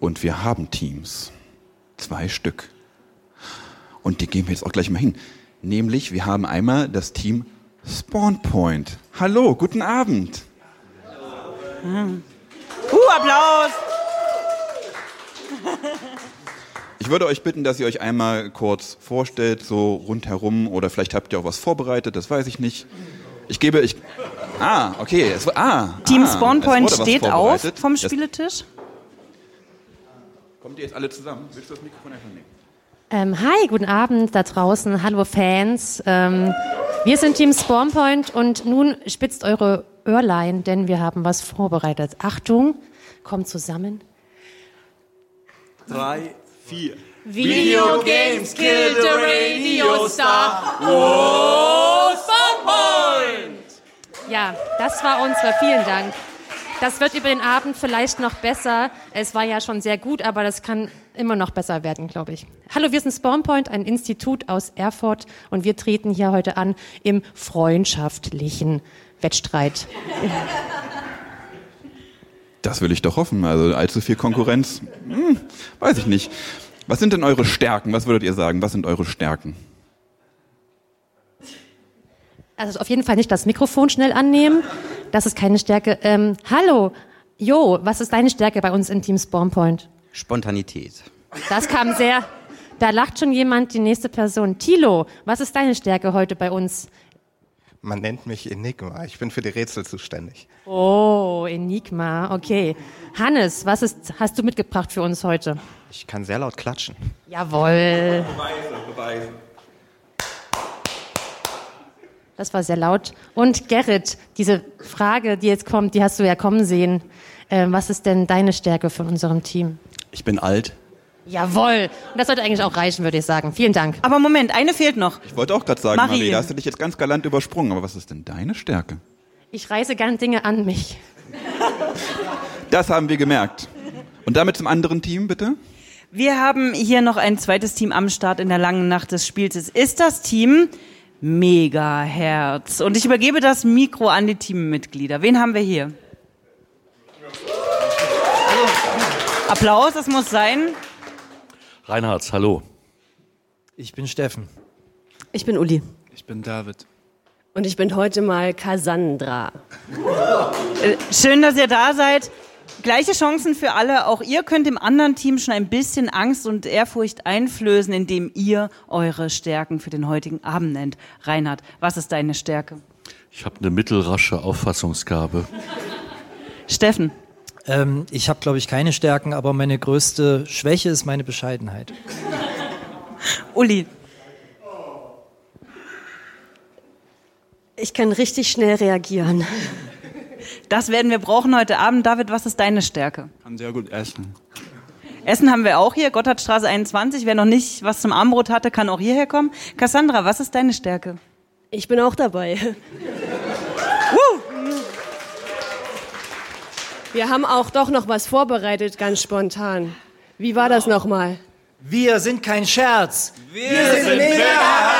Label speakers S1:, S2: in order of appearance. S1: Und wir haben Teams. Zwei Stück. Und die gehen wir jetzt auch gleich mal hin. Nämlich, wir haben einmal das Team Spawn Point. Hallo, guten Abend.
S2: Uh, Applaus!
S1: Ich würde euch bitten, dass ihr euch einmal kurz vorstellt, so rundherum, oder vielleicht habt ihr auch was vorbereitet, das weiß ich nicht. Ich gebe, ich. Ah, okay. Es, ah,
S2: Team
S1: ah,
S2: Spawn
S1: es
S2: Point
S1: wurde was
S2: steht auf
S1: vorbereitet.
S2: vom
S1: Das-
S2: Spieletisch.
S1: Kommt ihr jetzt alle zusammen? Willst du das Mikrofon einfach nehmen?
S3: Ähm, hi, guten Abend da draußen. Hallo Fans. Ähm, wir sind Team Spawnpoint und nun spitzt eure Öhrlein, denn wir haben was vorbereitet. Achtung, kommt zusammen.
S4: Drei, vier.
S3: Video Games Kill the Radio Star. Ja, das war unsere. Vielen Dank. Das wird über den Abend vielleicht noch besser. Es war ja schon sehr gut, aber das kann immer noch besser werden, glaube ich. Hallo, wir sind Spawnpoint, ein Institut aus Erfurt und wir treten hier heute an im freundschaftlichen Wettstreit.
S1: Das will ich doch hoffen. Also allzu viel Konkurrenz, hm, weiß ich nicht. Was sind denn eure Stärken? Was würdet ihr sagen? Was sind eure Stärken?
S3: Also auf jeden Fall nicht das Mikrofon schnell annehmen. Das ist keine Stärke. Ähm, hallo, Jo, was ist deine Stärke bei uns in Team Spawnpoint?
S4: Spontanität.
S3: Das kam sehr. Da lacht schon jemand, die nächste Person. Tilo, was ist deine Stärke heute bei uns?
S5: Man nennt mich Enigma. Ich bin für die Rätsel zuständig.
S3: Oh, Enigma, okay. Hannes, was ist, hast du mitgebracht für uns heute?
S5: Ich kann sehr laut klatschen.
S3: Jawohl.
S1: Beweise, Beweise.
S3: Das war sehr laut. Und Gerrit, diese Frage, die jetzt kommt, die hast du ja kommen sehen. Ähm, was ist denn deine Stärke von unserem Team?
S4: Ich bin alt.
S3: Jawohl. Und das sollte eigentlich auch reichen, würde ich sagen. Vielen Dank.
S2: Aber Moment, eine fehlt noch.
S1: Ich wollte auch gerade sagen,
S2: Marie.
S1: Marie, da hast du dich jetzt ganz galant übersprungen. Aber was ist denn deine Stärke?
S3: Ich reiße gern Dinge an mich.
S1: Das haben wir gemerkt. Und damit zum anderen Team, bitte.
S2: Wir haben hier noch ein zweites Team am Start in der langen Nacht des Spiels. Es ist das Team Megaherz. Und ich übergebe das Mikro an die Teammitglieder. Wen haben wir hier? Also, Applaus, das muss sein.
S6: Reinhardt, hallo.
S7: Ich bin Steffen.
S8: Ich bin Uli.
S7: Ich bin David.
S8: Und ich bin heute mal Cassandra.
S2: Schön, dass ihr da seid. Gleiche Chancen für alle. Auch ihr könnt dem anderen Team schon ein bisschen Angst und Ehrfurcht einflößen, indem ihr eure Stärken für den heutigen Abend nennt. Reinhard, was ist deine Stärke?
S6: Ich habe eine mittelrasche Auffassungsgabe.
S2: Steffen,
S7: Ähm, ich habe, glaube ich, keine Stärken, aber meine größte Schwäche ist meine Bescheidenheit.
S2: Uli,
S8: Ich kann richtig schnell reagieren.
S2: das werden wir brauchen heute Abend. David, was ist deine Stärke?
S7: Kann sehr gut essen.
S2: Essen haben wir auch hier, Gotthardstraße 21. Wer noch nicht was zum Armbrot hatte, kann auch hierher kommen. Cassandra, was ist deine Stärke?
S8: Ich bin auch dabei. Wir haben auch doch noch was vorbereitet, ganz spontan. Wie war das nochmal?
S7: Wir sind kein Scherz. Wir, sind, sind mega.